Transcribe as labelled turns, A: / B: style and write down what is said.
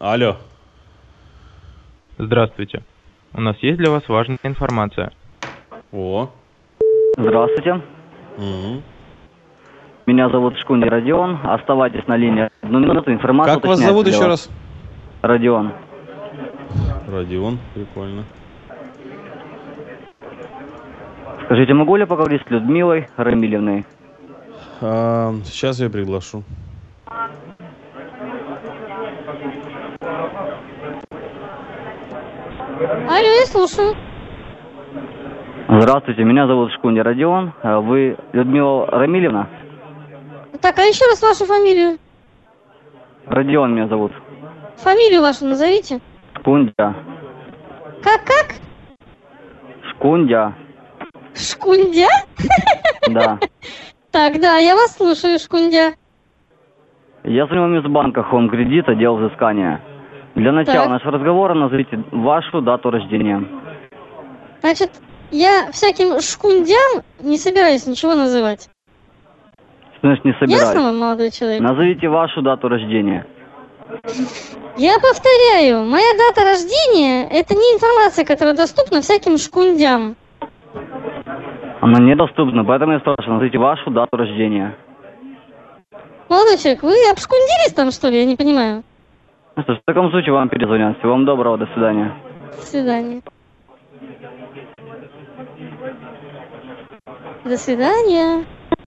A: Алло.
B: Здравствуйте. У нас есть для вас важная информация.
A: О.
C: Здравствуйте.
A: Мгм.
C: Меня зовут Шкуни Родион. Оставайтесь на линии. Одну минуту. Информация
A: Как вас
C: уточняется
A: зовут
C: для
A: еще
C: вас.
A: раз?
C: Родион.
A: Родион, прикольно.
C: Скажите, могу ли я поговорить с Людмилой Рамилевной?
A: А, сейчас я приглашу.
D: Алло, А я слушаю.
C: Здравствуйте, меня зовут Шкуни Родион. Э, Вы Людмила Рамилевна?
D: Так, а еще раз вашу фамилию.
C: Родион меня зовут.
D: Фамилию вашу назовите.
C: Шкундя.
D: Как, как?
C: Шкундя.
D: Шкундя?
C: Да.
D: Так, да, я вас слушаю, Шкундя.
C: Я звоню вам из банка Home Кредита, отдел взыскания. Для начала
D: Так.
C: нашего разговора назовите вашу дату рождения.
D: Значит, я всяким шкундям не собираюсь ничего называть.
C: Что значит Ну, не
D: Ясно
C: собираюсь?
D: вам, молодой человек?
C: Назовите вашу дату рождения.
D: Я повторяю, моя дата рождения – это не информация, которая доступна всяким шкундям.
C: Она недоступна, поэтому я спрашиваю, назовите вашу дату рождения.
D: Молодой человек, вы обшкундились там, что ли? Я не понимаю.
C: Ну что ж, в таком случае вам перезвонят. Всего вам доброго, до свидания.
D: До свидания. До свидания.